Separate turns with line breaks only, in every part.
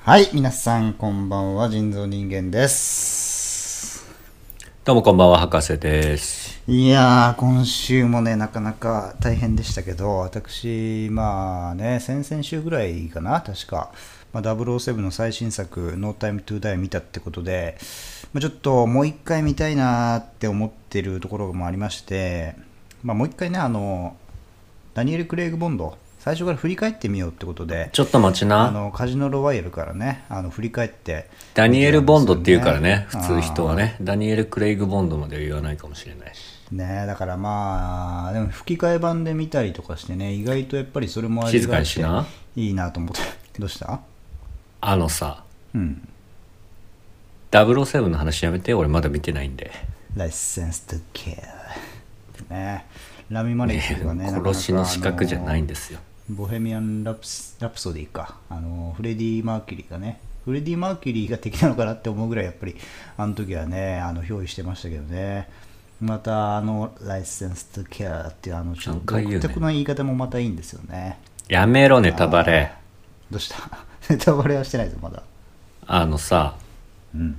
はい、皆さんこんばんは、人造人間です。
どうもこんばんは、博士です。
いやー、今週もね、なかなか大変でしたけど、私、まあね、先々週ぐらいかな、確か、まあ、007の最新作、No Time to Die 見たってことで、まあ、ちょっともう一回見たいなーって思ってるところもありまして、まあ、もう一回ね、あの、ダニエル・クレイグ・ボンド、最初から振り返ってみようってことで、
ちょっと待ち
あ
な。
のカジノロワイヤルからね、あの振り返って、
ダニエル・ボンドって言うからね、普通人は
ね
ね、ダニエル・クレイグ・ボンドまでは言わないかもしれないし。
あー。ねえだからまあ、でも吹き替え版で見たりとかしてね、意外とやっぱりそれも味
静
が
か
あっ
にしてな。
いいなと思って、 どうした
あのさ、
うん。
007の話やめて、俺まだ見てないんで。
ライセンスとケア。ねえラミマレックがね、なかなか
殺しの資格じゃないんですよ。
あのボヘミアンラプス・ラプソディか、あのフレディ・マーキュリーがね、フレディ・マーキュリーが敵なのかなって思うぐらい、やっぱり、あの時はね、あの憑依してましたけどね、また、あの、ライセンス・とケアっていう、あの、ちょっと
何回言う
独
ね
特な言い方もまたいいんですよね。
やめろ、ネタバレ。
どうした ネタバレはしてないぞ、まだ。
あのさ、
うん。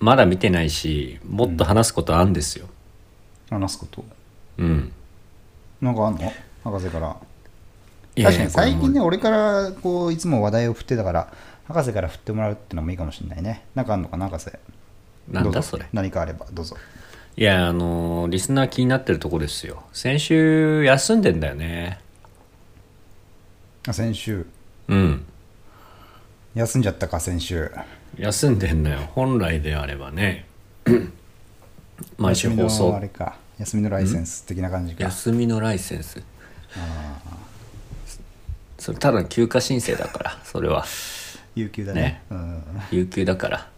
まだ見てないし、もっと話すことあんですよ。
話すこと。
うん。
なんかあんの博士から。
いやい
確か
や
に最近ね、
こ
俺からこういつも話題を振ってたから、博士から振ってもらうってのもいいかもしれないね。なんかあんのかな、博士。
れなん
どうぞ
だそれ。
何かあれば、どうぞ。
いや、あのー、リスナー気になってるとこですよ。先週、休んでんだよね。
あ先週、
うん。
休んじゃったか、先週。
休んでんのよ本来であればね毎週放
休みの
送
あれか、休みのライセンス的な感じか。
休みのライセンスそれただの休暇申請だからそれは
有給だね
ね
うん。
有給だから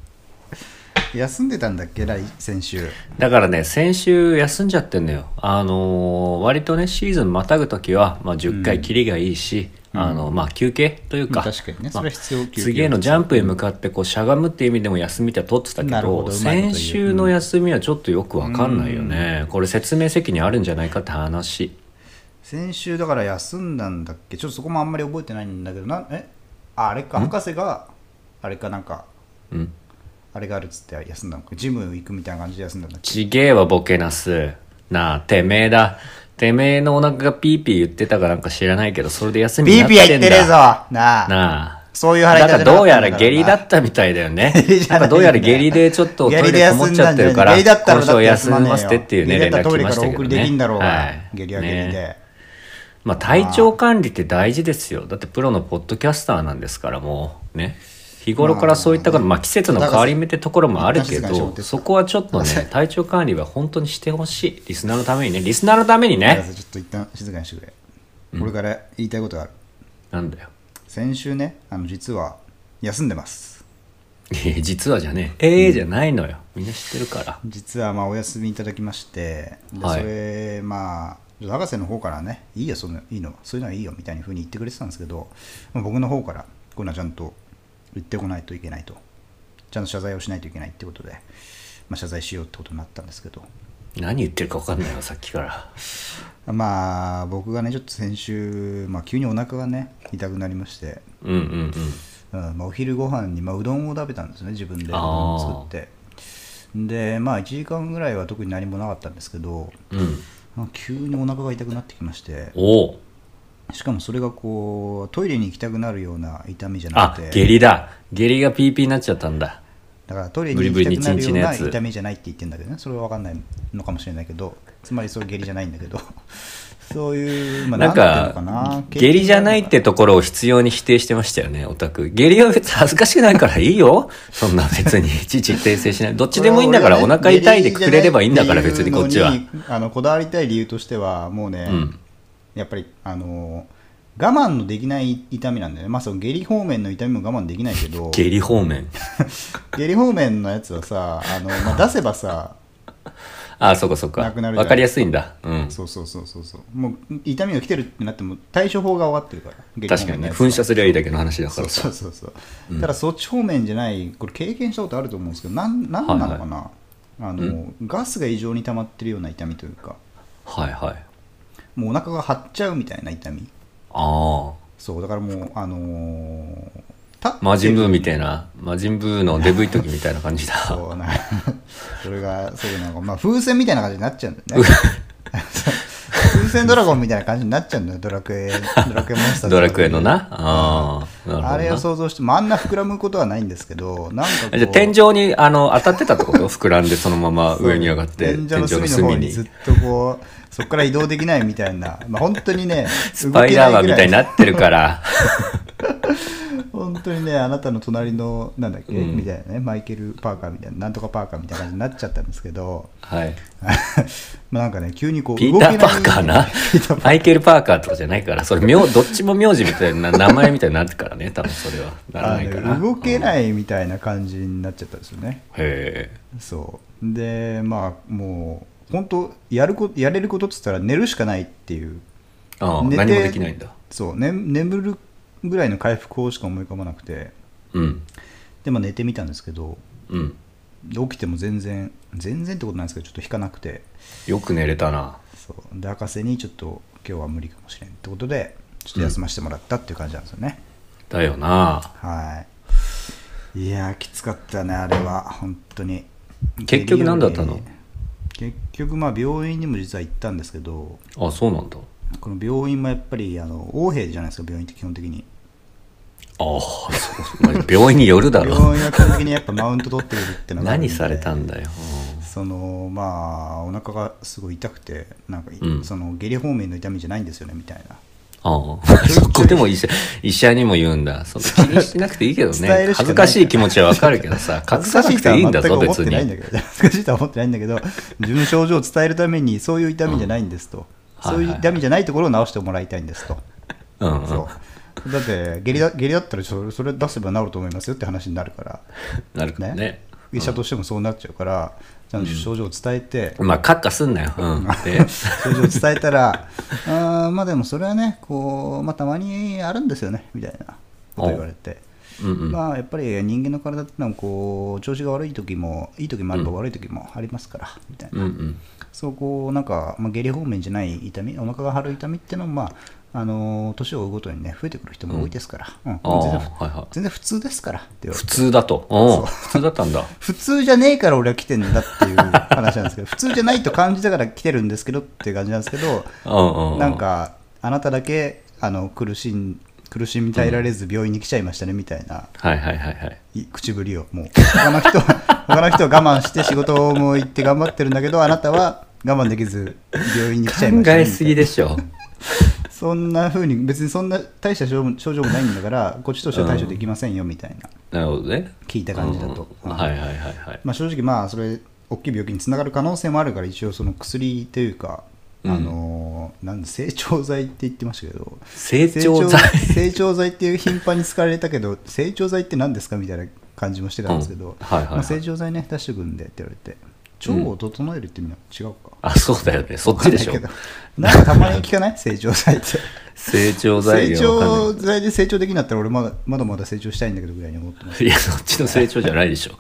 休んでたんだっけ、来先週。
だからね先週休んじゃってんのよあのー割とねシーズンまたぐ時は、まあ、10回切りがいいし、あのまあ休憩というか,、
うん確かにね
ま
そ
あ
れは必要休憩
次へのジャンプへ向かってこうしゃがむっていう意味でも休みって取ってたけ
な
ど
るほどうまいこと言う
先週の休みはちょっとよくわかんないよね、これ説明責任あるんじゃないかって話
先週だから休んだんだっけちょっとそこもあんまり覚えてないんだけどなえああれか博士があれかなんか
うん
あれがあるっつって休んだのかジム行くみたいな感じで休んだんだっけ
ちげえわボケなすなあてめえだてめえのお腹がピーピー言ってたかなんか知らないけどそれで休み
ビ
にな
ー
っ
ピーは
て
言
ん
っ
だ
てねえぞなあ
なあ
そういう腹
な
痛
ん
じゃ
か
な
どうやら
かったんだからな
下痢だったみたいだよね
下痢じゃないんだよ
なんかどうやら下痢でちょっとト
下痢
イ
で
レこもっちゃってるから
下痢だったら
今週
だっ
は
て
休みま
え
す
よ
ってっていうね
下痢
連
だったら
絡
トイ
来
レ
ま
から
した
お
けど
送りできん
ね
だろうが、
はい
下痢は下痢で、
ねまあ体調管理って大事ですよだってプロのポッドキャスターなんですからもうね日頃からそういったこと、まあ、季節の変わり目ってところもあるけ
だから静かにしてもらっ
ど
て
そこはちょっとね体調管理は本当にしてほしいリスナーのためにねリスナーのために
博
ね
士ちょっと一旦静かにしてくれ、俺から言いたいことがある
なんだよ
先週ねあの実は休んでます
いや実はじゃねえええじゃないのよみんな知ってるから
実はまあお休みいただきましてで
はい
それまあちょっと博士の方からねいいよそのいいのそういうのはいいよみたいな風に言ってくれてたんですけど、まあ僕の方からこういうのはちゃんと言ってこないといけないとちゃんと謝罪をしないといけないってことで、まあ、謝罪しようってことになったんですけど
何言ってるか分かんないよさっきから
まあ僕がねちょっと先週、まあ、急にお腹がね痛くなりまして、
うんうんう
う
ん
んまあ、お昼ご飯にまあうどんを食べたんですね自分でうど
あー
んを作ってでまあ1時間ぐらいは特に何もなかったんですけど
うん
なんか急にお腹が痛くなってきまして
おお
しかもそれがこうトイレに行きたくなるような痛みじゃな
あ
く
下
て
痢だ下痢がピーピーになっちゃったんだ
だからトイレに行きたくなるよう
ブリブ
な
リ一日のやつ
痛みじゃないって言ってんだけどねそれは分かんないのかもしれないけどつまりそういう下痢じゃないんだけど そういう、まあ、
な
なん
ん
ていうの
か
な、
下痢じゃないってところを必要に否定してましたよね、オタク。下痢は別に恥ずかしくないからいいよ。そんな別に、いちいち訂正し ない。どっちでもいいんだから、お腹痛いでくれればいいんだから、別にこっちは。
あのこだわりたい理由としてはもうね、
うん
やっぱりあの我慢のできない痛みなんだよね、まあ、その下痢方面の痛みも我慢できないけど
下痢 方面。
下痢方面のやつはさあの、まあ、出せばさ
ああ、そこそこ。
な
わ
くなるじゃん
かりやすいんだ。うん。
そうそうそうそうそうもう痛みが来てるってなっても対処法が分かってるから下痢
確
方
かに
面の
ね、
やつ
噴
は
射すりゃいいだけの話だか
そう
ら。
そうそうそう、ただそっち方面じゃないこれ経験したことあると思うんですけどなんなんなのかな、あのガスが異常に溜まってるような痛みというか
はいはい。
もうお腹が張っちゃうみたいな痛み
ああ。
そうだからもうあのー立ってる
魔人ブーみたいな、魔人ブーのデブい時みたいな 感じだ。
そうなそれがそうなんか、まあ、風船みたいな感じになっちゃうんだよ ね風船ドラゴンみたいな感じになっちゃうんだよドラクエドラクエモンスターズ
ドラクエのな。ああ、なるほどな。
あれを想像して、まあ、あんな膨らむことはないんですけどなんかこう
じゃあ天井にあの当たってたってこと膨らんでそのまま上に上がって
天井の隅の方にずっとこうそこから移動できないみたいな、まあ、本当にね
スパイダーマンみたいになってるから。
本当にねあなたの隣のなんだっけ、みたいなねマイケル・パーカーみたいななんとかパーカーみたいな感じになっちゃったんですけど
はい。
まあなんかね急にこう
ピーター・パーカーな
ピーター。
マイケル・パーカーとかじゃないから、それ名、どっちも名字みたいな、名前みたいになってからね、多分それは。なら
あ
ないか
の
ら。
動け
い。
ないみたいな感じになっちゃったんですよね、
へ
そうでまあもう本当やるこやれることっつったら寝るしかないっていう
え。ああ、
寝て
何もできないんだ。
そう、ね、眠るぐらいの回復法しか思い浮かばなくて
うん。
でまあ寝てみたんですけど
うん。
で起きても全然全然ってことないんですけどちょっと引かなくて
よく寝れたな。
そうで博士にちょっと今日は無理かもしれんってことでちょっと休ませてもらったっていう感じなんですよね、
だよな。
はいいやーきつかったねあれは本当に
結局何だったの
結局まあ病院にも実は行ったんですけど
あ、そうなんだ。
この病院もやっぱりあの横兵じゃないですか病院って基本的に
ああ、そう。まあ病院によるだ
病
ろ。
院は基本的に やっぱマウント取ってくるってのがあるん
何
で
されたんだよ。
そのまあお腹がすごい痛くてなんかい、
うん
その下痢方面の痛みじゃないんですよねみたいな
ああ、 そこでも医者、医者にも言うんだ。そんな気にしなくていいけど
伝え
ね。
るしかない
恥ずかしい気持ちはわかるけど さ、隠さなくていいんだぞ、
恥
別
ずかしいとは全く思ってないんだ
に。
けど恥ずかしいとは思ってないんだけど自分の症状を伝えるためにそういう痛みじゃないんですと、
うん
そういう痛みじゃないところを治してもらいたいんですと、
うんうん。
そうだって下痢だ下痢だったらそれそれ出せば治ると思いますよって話になるから
なるほど ね。
医者としてもそうなっちゃうから、ちゃんと症状を伝えて、
まあ、カッカすんなよ。 うん。で、
症状を伝えたら、あーまあでもそれはね、こうまあ、たまにあるんですよねみたいなこと言われて、
うんうん。
まあ、やっぱり人間の体ってのはこう調子が悪い時も、いい時もあれば悪い時もありますから、みたいな、
うんうん。
そうこうなんか、まあ、下痢方面じゃない痛み、お腹が張る痛みっていうのも、まああのー年を追うごとにね、増えてくる人も多いですから、うん
ああ、
全然
はいは
全然普通ですからって言わ
い。
れ
普
て。
通だと。うん。普通だったんだ。
普通じゃねえから俺は来てんだっていう 話なんですけど普通じゃないと感じたから来てるんですけどっていう感じなんですけど
うんうんうん。
なんかあなただけあの苦しん苦しみ耐えられず病院に来ちゃいましたねみたいな、
はいはいはいはい。
い口ぶりをもう他の人は 他の人は我慢して仕事も行って頑張ってるんだけどあなたは我慢できず病院に来ちゃいまし
考
たねみた
え
いな
すぎで しょ。
そんな風に別にそんな大した症状症状もないんだからこっちとしては対処できませんよみたいな、
なるほどね。
聞いた感じだと、
うん
うん
はいはいはいはい。
まあ、正直まあそれ大きい病気につながる可能性もあるから一応その薬というか、
うん
あのなんで成長剤って言ってましたけど
成長剤。
成長成長剤っていう頻繁に使われたけど成長剤って何ですかみたいな感じもしてたんですけど、
うんはいはいはい
まあ、成長剤ね出してくんでって言われて腸を整えるって意味は違うか、
あ、そうだよね。そっちでしょ
わ。かんないけどなんかたまに聞かない成長剤って
成長剤
成
よわかんない
長剤で成長できなったら俺まだまだまだ成長したいんだけどぐらいに思って ます、
いや、そっちの成長じゃないでしょ。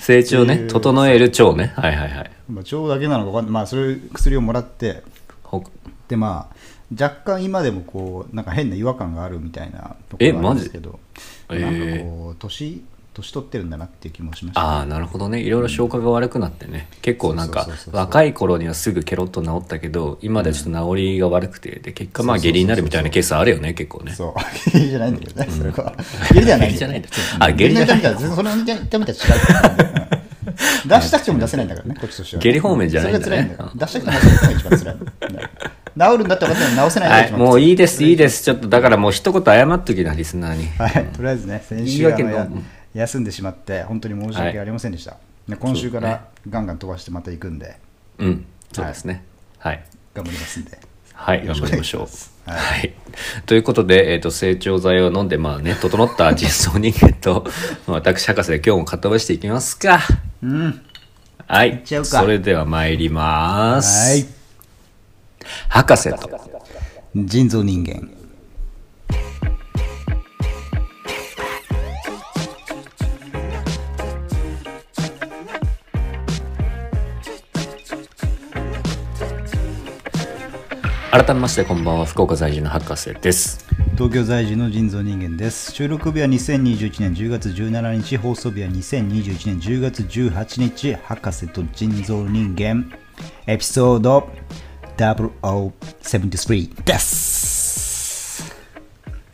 成長
ってい
ね。
う
整える腸ね。はいはいはい。
まあ、腸だけなのか分かんない、まあ、それ薬をもらって
ほ
でまあ若干今でもこうなんか変な違和感があるみたいなとこ
え
ろなんですけど、
マジ
なんかこう年年取ってるんだなっていう気もしました
ああ、なるほどね。いろいろ消化が悪くなってね。結構なんか
そうそうそう、そう
若い頃にはすぐケロッと治ったけど、今ではちょっと治りが悪くて、で、結果まあ下痢になるみたいなケースあるよね、結構ね。
そう 下痢じゃないんだけどね、それは下痢ではない
下痢じゃないんだあ下痢じゃない
んだ全然その痛みとは違う出したくても出せないんだからねこっちとしては
下痢方面じゃないんだね
それが辛いんだよ出したくても出せないのが一番辛いうん治るんだって分かってるのに治せないのが
は
一番
い、
辛
もういいです、いいです。ちょっとだからもう一言謝っときな、リスナーに。
はい、とりあえずね、先
言い
週あ
訳
の
の
や休んでしまって、本当に申し訳ありませんでした。ね今週からガンガン飛ばしてまた行くんで、
うん、そうですね。はい。
頑張りますんで。
はい、頑張りましょう。
は
はいい、ということで、えっと成長剤を飲んで、まあね、整った実装人間と まあ私博士で今日もかっ飛ばしていきますか。
うん。
はい
っちゃうか
それでは参ります。
はい。
博士と
人造人間。
改めましてこんばんは福岡在住の博士です
東京在住の人造人間です収録日は2021年10月17日放送日は2021年10月18日博士と人造人間エピソード0073です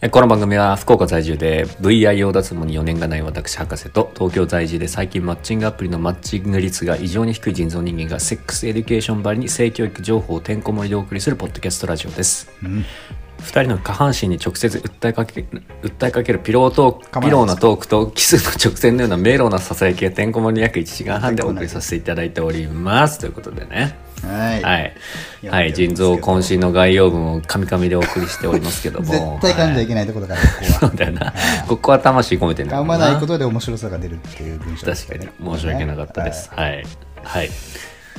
えこの番組は福岡在住で VIO 脱毛に4年がない私博士と東京在住で最近マッチングアプリのマッチング率が異常に低い人造人間がセックスエデュケーションばりに性教育情報をてんこ盛りでお送りするポッドキャストラジオです、2人の下半身に直接訴えかけ訴えかけるピロートーク
構
ピ
い
ロ
ま
ー
せん
なトークとキスの直線のような迷路なささやきがてんこ盛りに約1時間半でお送りさせていただいておりますということでね
はい、
はい、
や
はい、
っておりますけ
腎
ど
臓渾身の概要文をカミカミでお送りしておりますけども
絶対噛んじゃいけないところだから、ここ
そうだよな。ここは魂込めてるんだ
は。
ろ
噛
うな
まないことで面白さが出るっていう文章
確かに申し訳なかったで。す。はい。はい。
はい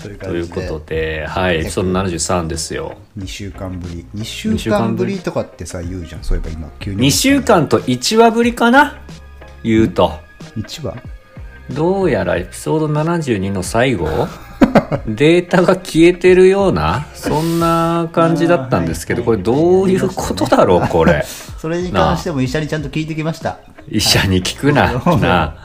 という
と
感
い
じ
う
で
ことで、はい、エピソード73ですよ。
2週間ぶり。2週間ぶりとかってさ、言うじゃん。そういえば今、急に。
2週間と1話ぶりかな言うと。
1話
どうやらエピソード72の最 後データが消えてるようなそんな感じだったんですけどこれどういうことだろうこれ
それに関しても医者にちゃんと聞いてきました。
医者に聞くな
そう
なあ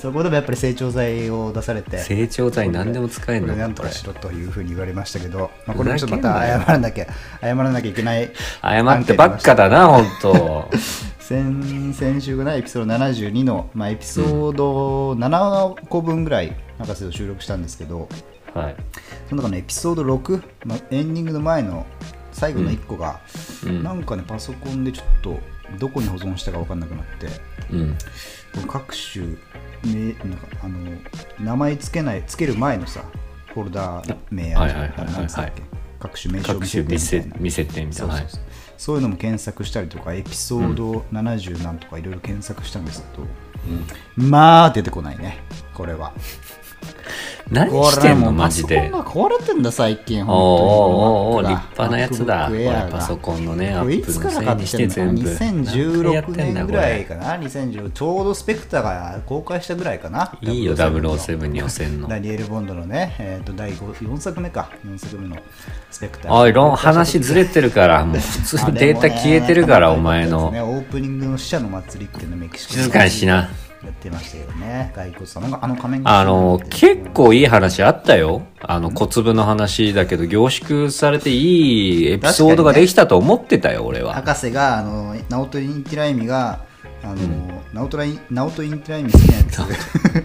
そこでもやっぱり成長剤を出されて、
成長剤何でも使える
こ
の
れな
か
んと
これ
かしろというふうに言われましたけど、まあ、これもちょっとまた謝らなきゃ、謝らなきゃいけない。
謝ってばっかだな本当
先先週ぐらいエピソード72の、まあ、エピソード7個分ぐらい博士と収録したんですけど、
はい
その中のエピソード6、まあ、エンディングの前の最後の1個が、
うん
なんかねパソコンでちょっとどこに保存したか分かんなくなって
うん
各種、ね、なんかあの名前つけないつける前のさフォルダ名あるじゃん
はいはいは
あれ
いはいはい
なんつったっけ各種名称を
各
見
種
せてみたい
見せ
な
見せてみた
そ
いうな
そう
はい
そうそういうのも検索したりとかエピソード70なんとかいろいろ検索したんですけど、まあ出てこないねこれは
何
こ
して
れ
んの
も
マ
パ
ジ
ソコン
で
が壊れてんだ最近
おーおーお
本当
ー立
に
派なやつだこ
MacBook
れ
Air が
パソコンのねア
これい
ップ
つ
の
から
せい
買
に
っ
して
てんの
全部
2016年ぐらい
こ
かな2016ちょうどスペクターが公開したぐらいかな
れいいよ
007
007に寄せんの
ダニエル・ボンドのね、えー、と第4作目か4作目のスペクター
おい論話ずれてるからもう普通にデータ消えてるからお前の
ね、オープニングの死者の祭りっていうのメキシコ
静かにしな
やってましたよね骸骨さんがあの仮面
あの結構いい話あったよあの小粒の話だけど凝縮されていいエピソードができたと思ってたよ俺は
博士があのナオト・インティライミがあの、ナオトラインナオト・インティライミ好きなや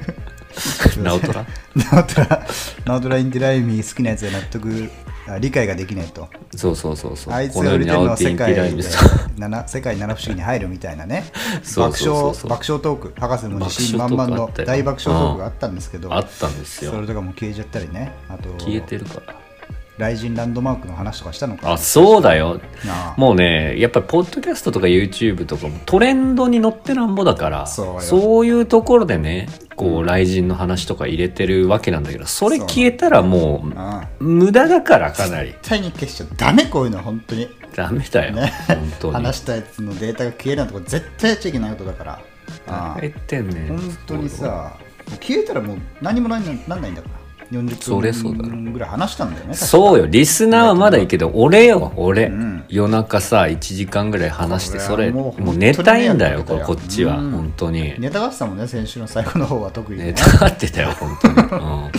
つ
ナオトラ
ナオトラナオトラインティライミ好きなやつが納得あ理解ができないと
そうそうそうそう
あいつ
この
が
世
売れ
に
てるの
青
は
ティ
世
ンティ
界
ライ
で
ミス
七世界七不思議に入るみたいなね
そう
爆
そうそう
笑
そう
爆笑トーク博士も自信満々の
爆笑トークあったよ
大爆笑トークがあったんですけど、
あったんです
そ
よ
れとかも消えちゃったりねあと
消えてるから
雷神ランドマークの話とかしたのか
あそうだよ
なあ
もうねやっぱりポッドキャストとか YouTube とかもトレンドに乗ってなんぼだから
そうよ
いうところでねこう雷神の話とか入れてるわけなんだけどそれ消えたらも
うん
う無駄だから かなり
絶対に消しちゃダメこういうのは本当に
ダメだよ、
ね
本当に
話したやつのデータが消えるなんてこれ絶対やっちゃいけないことだからああ
入ってんね
本当にさ消えたらもう何もなんなんないんだから
それそう
40
だろ
分ぐらい話したんだよね確か
そうよリスナーはまだいいけど俺よ俺、
ん
夜中さ1時間ぐらい話してそ
これ
れ
はもう
も
本当に
う寝たいんだよ
迷惑かけたよ
ここっちは、
うん
本当に
ネタがってたもんね先週の最後の方は特に
寝
ね
たがってたよ本当に、うん
わ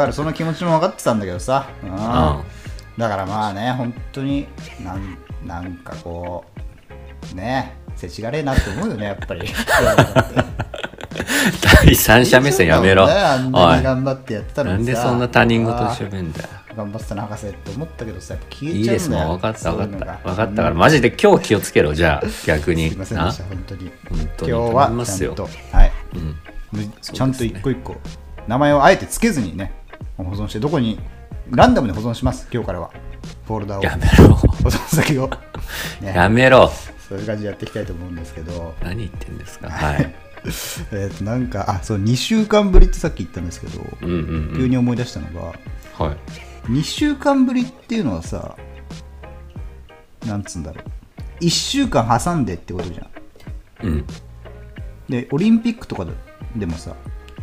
かるその気持ちも分かってたんだけどさ、うんだからまあね本当になんなんかこうねせちがれえなって思うよねやっぱ り
第三者目線やめろ。
いいじゃんねあん
お
ないに。頑張ってやってたの
な
に
んで
さ
そんな他人事喋んだよ。
あー頑張ってたな博士って思ったけどさやっぱ消
い
え
い
ちゃ
で
う
す
んだよ
もん。分かった分かった。分かったから、
ら
マジで今日気をつけろ、じゃあ、逆に。
すいませんでした
な
本当に
本当に
今日は
頼みます
ちゃんと
よ。
はい
うん
むちゃんと一個一個名前をあえてつけずにね保存してどこにランダムで保存します今日からはフォルダを
やめろ。
保存先を、ね、
やめろ。
そういう感じでやっていきたいと思うんですけど、
何言ってんですか。はい。
えーとなんかあそう2週間ぶりってさっき言ったんですけど、
うんうん
急に思い出したのが
うん。はい。
2週間ぶりっていうのはさなんつうんだろう1週間挟んでってことじゃん
うん。
でオリンピックとかででもさ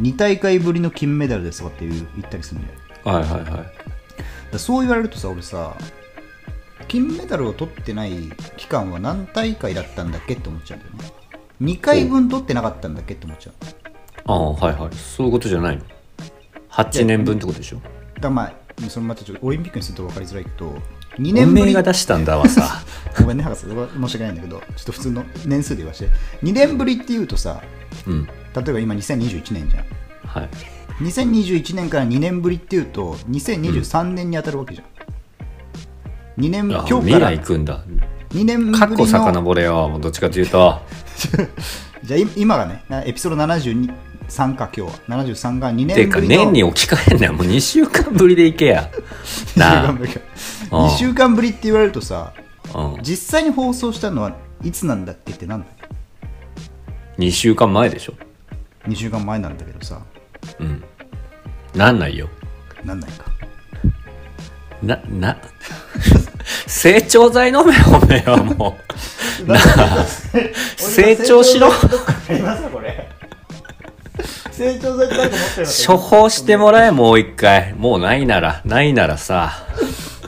2大会ぶりの金メダルですとかっていう言ったりするんだよ
はいはいはい。
だからそう言われるとさ俺さ金メダルを取ってない期間は何大会だったんだっけって思っちゃうんだよね2回分取ってなかったんだっけって思っちゃうだか
ああはいはいそういうことじゃないの8年分ってことでしょ
らまあそれまたちょっとオリンピックにすると分かりづらいけど2
年
年ぶ
名
り
が出したんだ わさ
ごめんね博士ごめん申し訳ないんだけどちょっと普通の年数で言わせて2年ぶりっていうとさ
うん
例えば今2021年じゃん
はい
2021年から2年ぶりっていうと2023年に当たるわけじゃん、2年
あ
今日
未
から
来行くんだ
2年ぶりの
過去さかのぼれよもうどっちかというと
じゃあい今がねなエピソード73か今日は73が2
て
年
か
ぶりの
年に置き換えんなよもう2週間ぶりで行けやなあ、うん
2週間ぶりって言われるとさ
うん、
実際に放送したのはいつなんだっけってなんだ
2週間前でしょ
2週間前なんだけどさ
うんなんないよ
なんないか
なな成長剤飲めよおめえはも
な
う成長しろ
ありますかこれ成長剤なんか持ってる
処方してもらえもう一回もうないならないならさ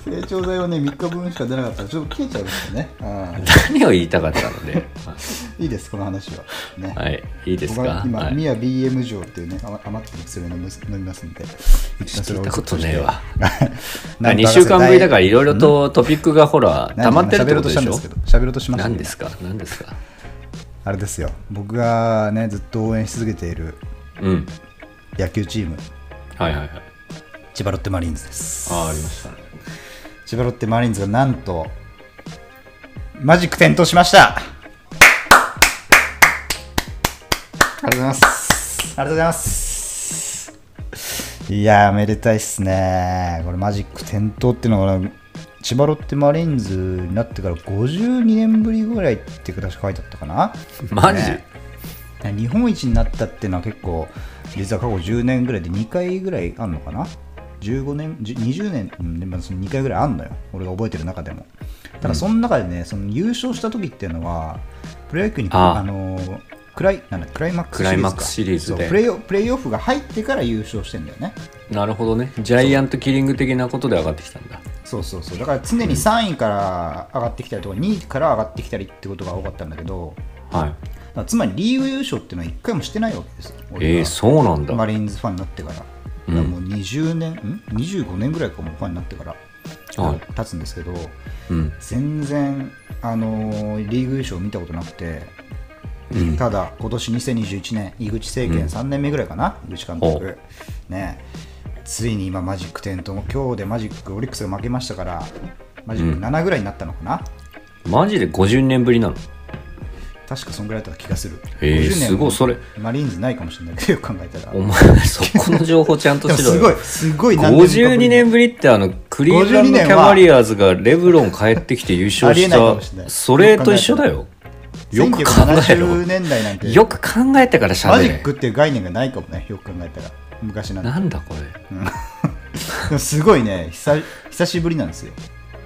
成長剤はね3日分しか出なかったらちょっと消えちゃうんですよね、
何を言いたかったので、
うん、いいですこの話はね
はい、いいです
僕は
か、
今、
はい
ミヤ BM 錠っていうねあ余ってる薬を飲む飲みますんで
聞
聞
いたことねえ わ
なん
2週間ぶりだからいろいろとトピックがほら溜まってるってことでしょ
喋ろうとしました
何
け
で
ど
すか何ですか
あれですよ僕がねずっと応援し続けている
うん
野球チーム
はいはいはい
千葉ロッテマリーンズです
ああありましたね
千葉ロッテマリーンズがなんとマジック点灯しましたありがとうございますありがとうございますいやーめでたいっすねこれマジック点灯っていうのがな千葉ロッテマリーンズになってから52年ぶりぐらいって確か書いてあったかな
マジ、
ね日本一になったっていうのは結構実は過去10年ぐらいで2回ぐらいあんのかな15年じゅ20年、うん、でもその2回ぐらいあんのよ俺が覚えてる中でもただその中でね、その優勝した時っていうのはプロ野球に
ああ
のークライなんだクライマックスシリーズか
クライマックスシリーズで
そうプレイオプレイオフが入ってから優勝してんだよね
なるほどねジャイアントキリング的なことで上がってきたんだ
そうそうそうだから常に3位から上がってきたりとか2位から上がってきたりってことが多かったんだけど
は
だ
い
からつまりリーグ優勝っていうのは1回もしてないわけですよ俺が
えー、そうなんだ
マリーンズファンになってから、
うん
だからもう20年ん25年ぐらいかもファンになってから
はい
経つんですけど、
うん
全然、あのーリーグ優勝見たことなくて、
うん
ただ今年2021年井口政権3年目ぐらいかな、井口監
ほ
督ねついに今マジック点灯今日でマジックオリックスが負けましたからマジック7ぐらいになったのかな、
マジで50年ぶりなの
確かそんぐらいだった気がする、
えー
50年
すごいそれ
マリーンズないかもしれないけどよく考えたら
お前そこの情報ちゃんと
でも
しろ
す
よ
ごいすごい何年かぶり
52年ぶりってあのクリーブランドキャバリアーズがレブロン帰ってきて優勝し
ありえないかもしれな
た
い
それと一緒だよよく考え
1970
ろ
年代なんて
よく考えてから
マ
喋
ジ
れ
ックっていう概念がないかもねよく考えたら昔なんて
なんだこれ
でもすごいね久久しぶりなんですよ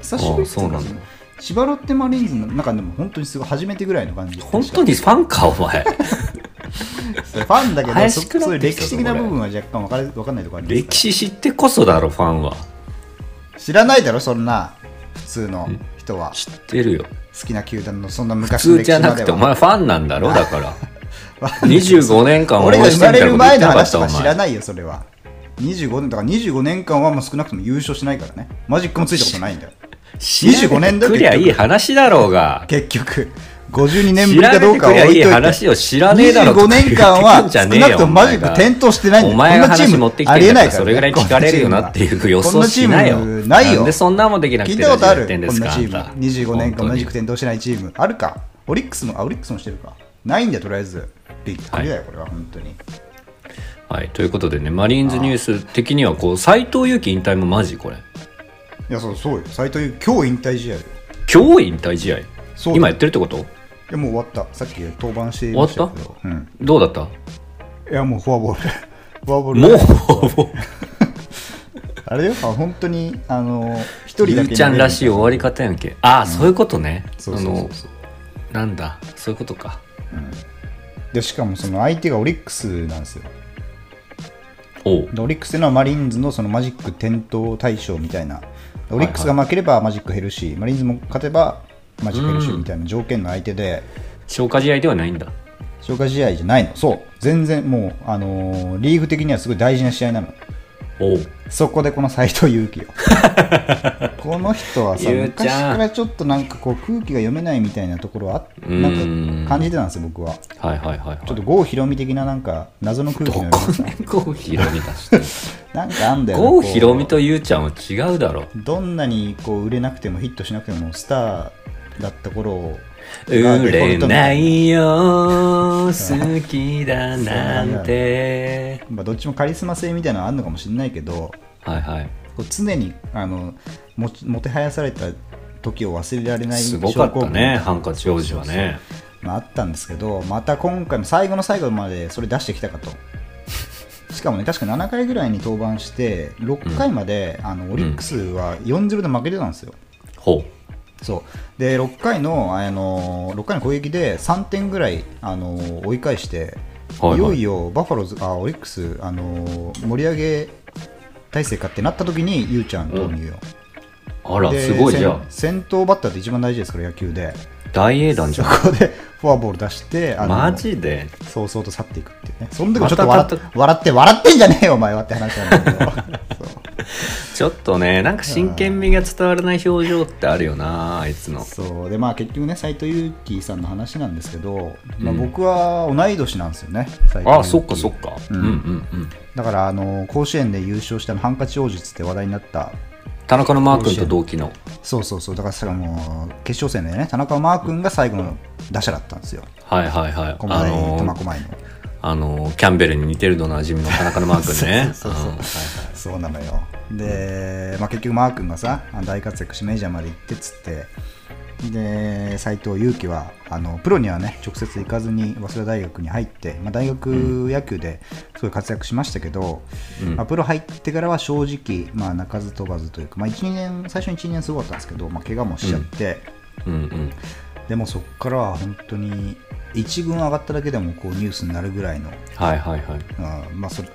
久しぶりっていか
ああそうなんだ
千葉ロッテマリーンズの中でも本当にすごい初めてぐらいの感じ
本当にファンか お前
ファンだけど
怪
そ
しくなってきたぞ
そういう歴史的な
これ
部分は若干分かる分かんないところありま
歴
す
史知ってこそだろファンは
から知らないだろそんな普通の人は
知ってるよ
好きな球団のそんな
普
昔の
通
歴
じゃ
史
な
ま
く
で
てお
は
前ファンなんだろだから
わかんない
25年間応
俺が
援
生
して
まれ
みた
る前
いなこと言って
の
なかっ
話
た
と
お
か知ら
前
ないよそれは25年だから25年間はもう少なくとも優勝してないからねマジックもついたことないんだよ25年だ
調べてくりゃいい話だろうが
結局52年ぶ
調
りか
べ
どう
て
か
く
は
りゃ
置いと
い
い
い
て
話を知らねえだろと
25
か言って
年間
ん
は
じゃ
少
ねえ
な
よ
くともマジッ
お前
ク
が
点灯してないんだよ
お前が
こんなチー
話
ム
持ってきてるんだから
ありえないから
それぐらい聞かれるよなっていう予想しないよ
こんなチームないよ
んでそんなもんできなく
聞
て
いたことある
やってんで
こん
す
な
か
チー
あんた
ム25年間
本当
マ
に
ジック点灯してないチームあるかオリックスもあオリックスもしてるかないんだよとりあえずびっくりだよこれは本当に
はいということでねマリーンズニュース的にはこう斎藤佑樹引退もマジこれ
いやそうそうよ斎藤佑樹今日引退試合よい
今日引退試合
そう
今やってるってこと
やもう終わったさっき登板してましたけどうん
どうだった
いやもうフォアボールフォアボール
もう
あれよあ本当にあの一人
ゆ
だ
う
け
ちゃんらしい終わり方やんけああ、そういうことね
そうそうそうそう
あのなんだそういうことか
でしかもその相手がオリックスなんですよ
おう
でオリックスっていうのはマリーンズのそのマジック点灯対象みたいな、オリックスが負ければマジック減るし、マリーンズも勝てばマジック減るしみたいな条件の相手で、
消化試合ではないんだ
消化試合じゃないの、そう、全然もう、あのーリーグ的にはすごい大事な試合なの。
おう
そこでこの斎藤佑 樹よこの人はさ
ゆうち
昔
ゃ
か
ん
らちょっとなんかこう空気が読めないみたいなところはあ
うん
なんか感じてたんですよ僕は
はいはいはいはい
ちょっと郷ひろみ的ななんか謎の空気
ど
の
こ
読み
で郷ひろみ出してんの
なんかあんだよな
郷ひろみと
こ
ゆうちゃんは違うだろ
うどんなにこう売れなくてもヒットしなくてもスターだった頃を
売れないよ好きだなんて
まあどっちもカリスマ性みたいなのはあるのかもしれないけど
はいはい
こう常にあのもちもてはやされた時を忘れられない
すごかっ
症候
た
群
ねハンカチ王子はね
まあ、あったんですけど、また今回も最後の最後までそれ出してきたかと。しかもね、確か7回ぐらいに登板して、6回まで、あのオリックスは4-0で負けてたんですよ。
ほ
そうで6回のあの6回の攻撃で3点ぐらいあの追い返して、
は
い
いはい
よいよバファローズあオリックスあの盛り上げ体制かってなった時にゆうちゃん投入よ、
うあら
です
ごいじゃん
先先頭バッターって一番大事ですから野球で
大英断じ
そ
ゃん
こで フォアボール出してあの
マジで
そうそうと去っていくっていうね。その時もちょっと笑っ
また
笑って、笑ってんじゃねえよ、お前はって話なんだけど。
ちょっとねなんか真剣味が伝わらない表情ってあるよなあいつの
そうそうで、まあ結局ね、斎藤佑樹さんの話なんですけど、まあ、僕は同い年なんですよね、斎藤佑樹
あそっかそっかう
うんん
うんうん
だから、あの、甲子園で優勝したあのハンカチ王子っつって話題になった、
田中のマー君と同期の
そうそうそう、だからさ、もう、決勝戦でね、田中マー君が最後の打者だったんですよ。
はいはいはい
駒
あ
台、
の
苫
ー
小牧の。
あのーキャンベルに似てるのなじみの田中のマー君ね
そうそうそう
うんはいはい
そうなのよで、まあ、結局マー君がさあの大活躍してメジャーまで行ってっつってで斎藤佑樹はあのプロにはね直接行かずに早稲田大学に入って、まあ、大学野球ですごい活躍しましたけど、
うん
まあ、プロ入ってからは正直、まあ、鳴かず飛ばずというか、まあ、1 2年最初に12年すごかったんですけど、まあ、怪我もしちゃって、
うんうん
でもそこからは本当に1軍上がっただけでもこうニュースになるぐらいの
はいはいはい
うんまあそれ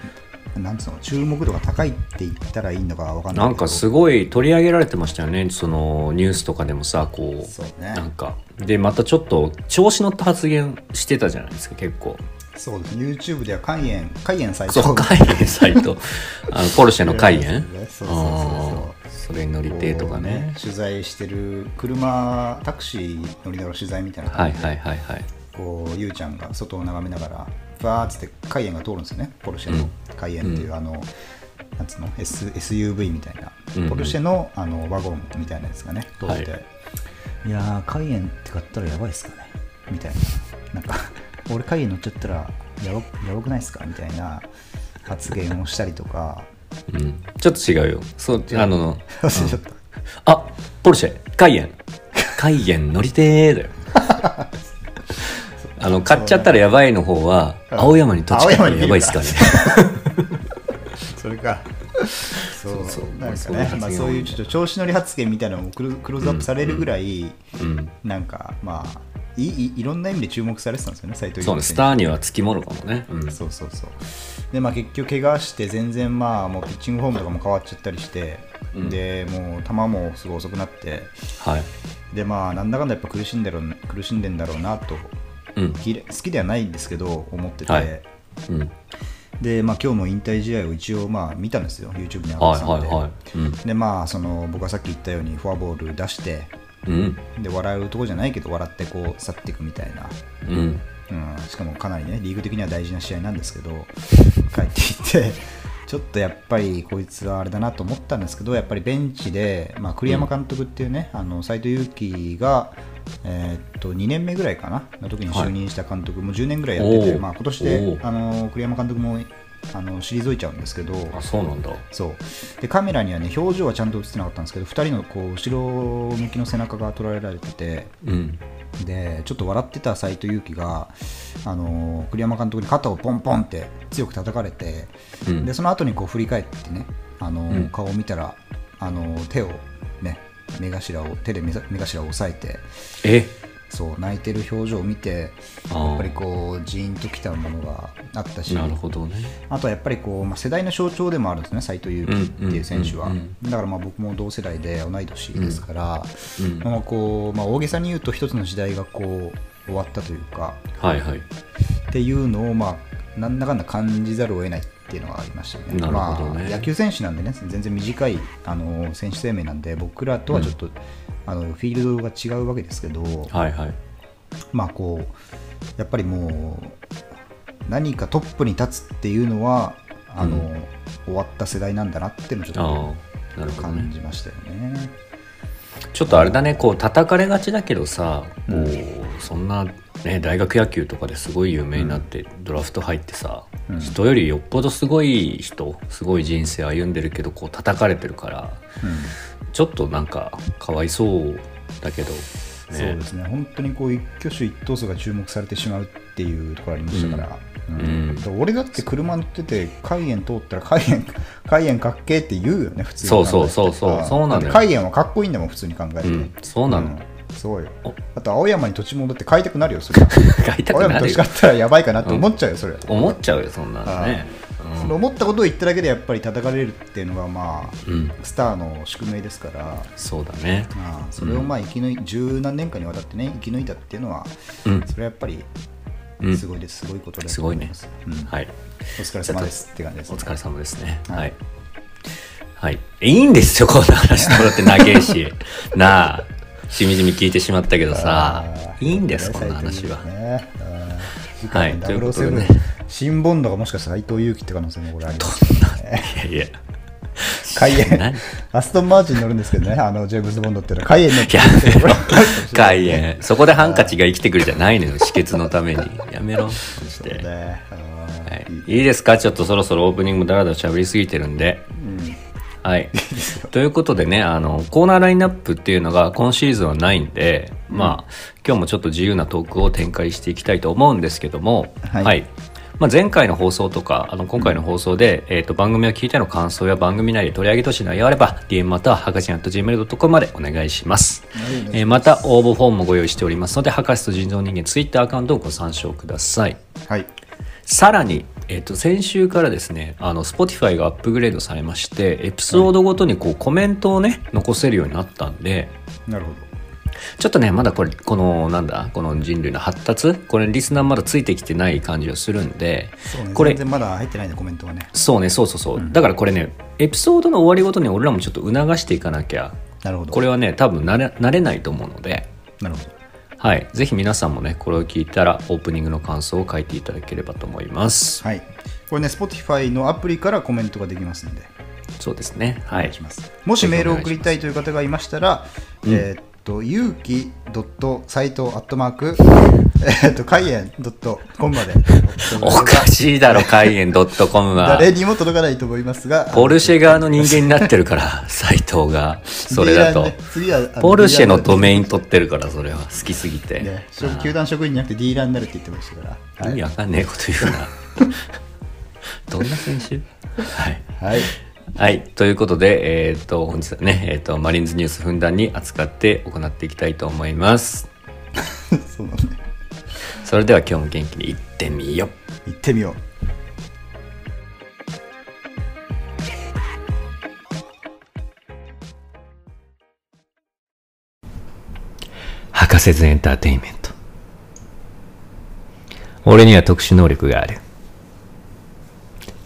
なんつうの注目度が高いって言ったらいいのかわかんない
な
けど
んかすごい取り上げられてましたよねそのニュースとかでもさこう
そうね
なんかでまたちょっと調子乗った発言してたじゃないですか結構
そうですね YouTube では肝炎肝炎最
そう海援サイ トあのポルシェの海援
そうそうそう
あーそれに乗りてとかね
取材してる車タクシー乗りながら取材みたいな
は
感
い
じで、
はいはいはい
こうゆうちゃんが外を眺めながらバーッつってカイエンが通るんですよねポルシェのカイエンっていう、あのなんつうの、S、SUV みたいな、
うんうん
ポルシェのあのワゴンみたいなやつがね通って、
はい
い、やーカイエンって買ったらやばいっすかねみたいななんか 俺カイエン乗っちゃったらやばやばくないっすかみたいな発言をしたりとか
うん、ちょっと違うよそうあの
忘れ ちゃった
あポルシェ海援海援乗り てーだよあの買っちゃったらやばいの方は
うん
青山に土地買った
青
ら
山に
やばいっすかね
それか。そう
そう
なんか
そういう発
ねま
言、が多
あ、
い
そういうちょっと調子乗り発言みたいなのもクロクローズアップされるぐらい、
うん
なんかまあいいいろんな意味で注目されてたんですよね、斎藤佑樹
そ
選
うね
手
スターにはつきものかもね、うん、
そうそうそう。で、まあ、結局、怪我して、全然、まあ、もうピッチングフォームとかも変わっちゃったりして、
うん
で、もう、球もすごい遅くなって、
はい
で、まあ、なんだかんだやっぱ苦しんでるな苦しんでんだろうなと、
うん
きれ好きではないんですけど、思ってて、
はいうん
で、まあ、今日も引退試合を一応、まあ、見たんですよ、YouTube に上が
は
っ
い
てたん
は
で。
いはいうん
でまあその僕がさっき言ったようにフォアボール出して
うん
で笑うとこじゃないけど笑ってこう去っていくみたいな、
うん
うん、しかもかなりねリーグ的には大事な試合なんですけど帰っていってちょっとやっぱりこいつはあれだなと思ったんですけどやっぱりベンチで、まあ、栗山監督っていうね、あの斎藤佑樹が、えーっと2年目ぐらいかなの時に就任した監督、もう10年ぐらいやって
お
て、
ー
まあ、今年
お
で
ー
あの栗山監督もあの退いちゃうんですけど
あそうなんだ
そうでカメラには、ね、表情はちゃんと映ってなかったんですけど2人のこう後ろ向きの背中が捉えられてて
うん
でちょっと笑ってた斎藤佑樹が、あのー栗山監督に肩をポンポンって強く叩かれて、
うん
でその後にこう振り返ってね、あのー
うん
顔を見たら、あのー手をね目頭を手で目ざ目頭を押さえて
え
そう泣いてる表情を見てやっぱりこうジーンときたものがあったし
なるほどね
あとはやっぱりこう、まあ、世代の象徴でもあるんですね斎藤佑樹っていう選手は、
うんうんうん
だからまあ僕も同世代で同い年ですから、
うん
まあこうまあ、大げさに言うと一つの時代がこう終わったというか
はいはい
っていうのを、まあ、なんだかんだ感じざるを得ないっていうのがありましたね。
なるほどね
まあ、野球選手なんでね、全然短いあの選手生命なんで、僕らとはちょっと、あのフィールドが違うわけですけど、
はいはい
まあこうやっぱりもう何かトップに立つっていうのはあの、
う
終わった世代なんだなっていうのをちょ
ああなる
っと
ほど
感
ね
じましたよね。
ちょっとあれだねこう叩かれがちだけどさこう、
う
そんな、ね、大学野球とかですごい有名になって、ドラフト入ってさ、
うん
人よりよっぽどすごい人すごい人生歩んでるけどこう叩かれてるからちょっとなんかかわいそうだけど、ね、
うんそうですね本当にこう一挙手一投足が注目されてしまうっていうところありましたから、
んうん
だから俺だって車乗ってて海縁通ったら海縁 海縁かっけーって言うよね普通に考えて
そうそうそうそうそうなんだよ
って海縁はかっこいいんだもん普通に考えて、
うんそうなの、
うんすごいよ
お
あと青山に土地戻って買いたくなるよそれは
買いた
俺
く
も
なる
年
よ
買ったらやばいかなって思っちゃうよ、それ、
思っちゃうよそんなのね
その思ったことを言っただけでやっぱり叩かれるっていうのが、まあ
うん、うん、
スターの宿命ですから、
そうだね
まあ、それをまあ生き抜い十何年間にわたってね生き抜いたっていうのは、
うん
それはやっぱり
うん
すごいです、すごいことだ
す
と
ご
思
い
い
ね
ます。うん
はい
お疲れ様ですって感じです、
お疲れ様ですね。
はい
はい。はい。いいんですよ、こんな話もらって長 えし。なあ、しみじみ聞いてしまったけどさ
あ、ー
いいんです、
ね
こんな話は。
ねあー次
は
回
い
の
ということで
007、
ね
新ボンドがもしかしたら斎藤佑樹って可能性もこれあります
いやいや。
開演
何
アストンマーチンに乗るんですけどね、あのジェームズ・ボンドっていうのは、開演の
やめろ。開演。そこでハンカチが生きてくるじゃないのよ、止血のために。やめろ。そし
そう
て。
ね。あー
はい
いい、
いいですかちょっとそろそろオープニングもだらだら喋りすぎてるんで。はい。ということでね、あの、コーナーラインナップっていうのが今シーズンはないんで、まあ、今日もちょっと自由なトークを展開していきたいと思うんですけども、
はい
まあ、前回の放送とか、あの、今回の放送で、えっ、と、番組を聞いての感想や番組内で取り上げてほしい内容あれば、DM または、はかしん .gmail.com までお願いします。えーまた、応募フォームもご用意しておりますので、博士と人造人間ツイッターアカウントをご参照ください。
はい。
さらに、えっと先週からですねあの Spotify がアップグレードされましてエピソードごとにこうコメントをね残せるようになったんで
なるほ
ちょっとねまだこれこのなんだこの人類の発達これリスナーまだついてきてない感じがするんで
ど。そうね、
これ
全然まだ入ってないね、コメントがね。
そうねそうそうそう、だからこれねエピソードの終わりごとに俺らもちょっと促していかなきゃ
なるほど。
これはね多分慣れ慣れないと思うので。
なるほど。
はい、ぜひ皆さんもねこれを聞いたらオープニングの感想を書いていただければと思います。
はい。これね、Spotify のアプリからコメントができますんで、
そうですね。
お
は
願
い
いし、ます。もしメールを送りたいという方がいましたら、えーっと、ゆうき .site アットマーク、えーっと、かいえん .com まで。
おかしいだろ、海縁 .com は。
誰にも届かないと思いますが、
ポルシェ側の人間になってるから、 斎藤が。それだと。
次はね、次は
ポルシェのド
め
メイン取ってるから、それは。好きすぎて。
ね、職球団職員じゃなくてディーラーになるって言ってましたから。
意
はい。
味わかんねえこと言うな。 どんな選手はい。
はい、
はい。ということで、えっ、と、本日はね、えっ、と、マリーンズニュースふんだんに扱って行っていきたいと思います。
そうなんね。
それでは今日も元気にいってみよう。
行ってみよう。
博士ズエンターテインメント俺には特殊能力がある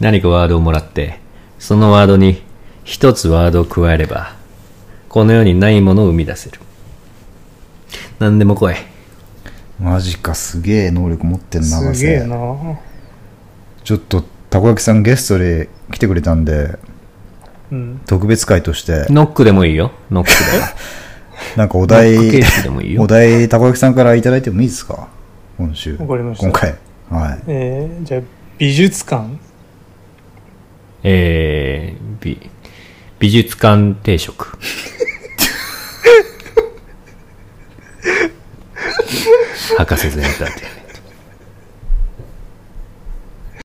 何かワードをもらってそのワードに一つワードを加えればこの世にないものを生み出せる何でも来い
マジか、すげえ能力持ってんな、
すげえな
博士ちょっと、たこ焼きさんゲストで来てくれたんで、
うん。
特別会として、
ノックでもいいよノックで
なんかお
ノック
題
ケースでもいい、よ
お題、たこ焼きさんからいただいてもいいですか今週。
わかりました
今回。はい。
えー、じゃあ、美術館
えー、美美術館定食博士ズエンターテインメント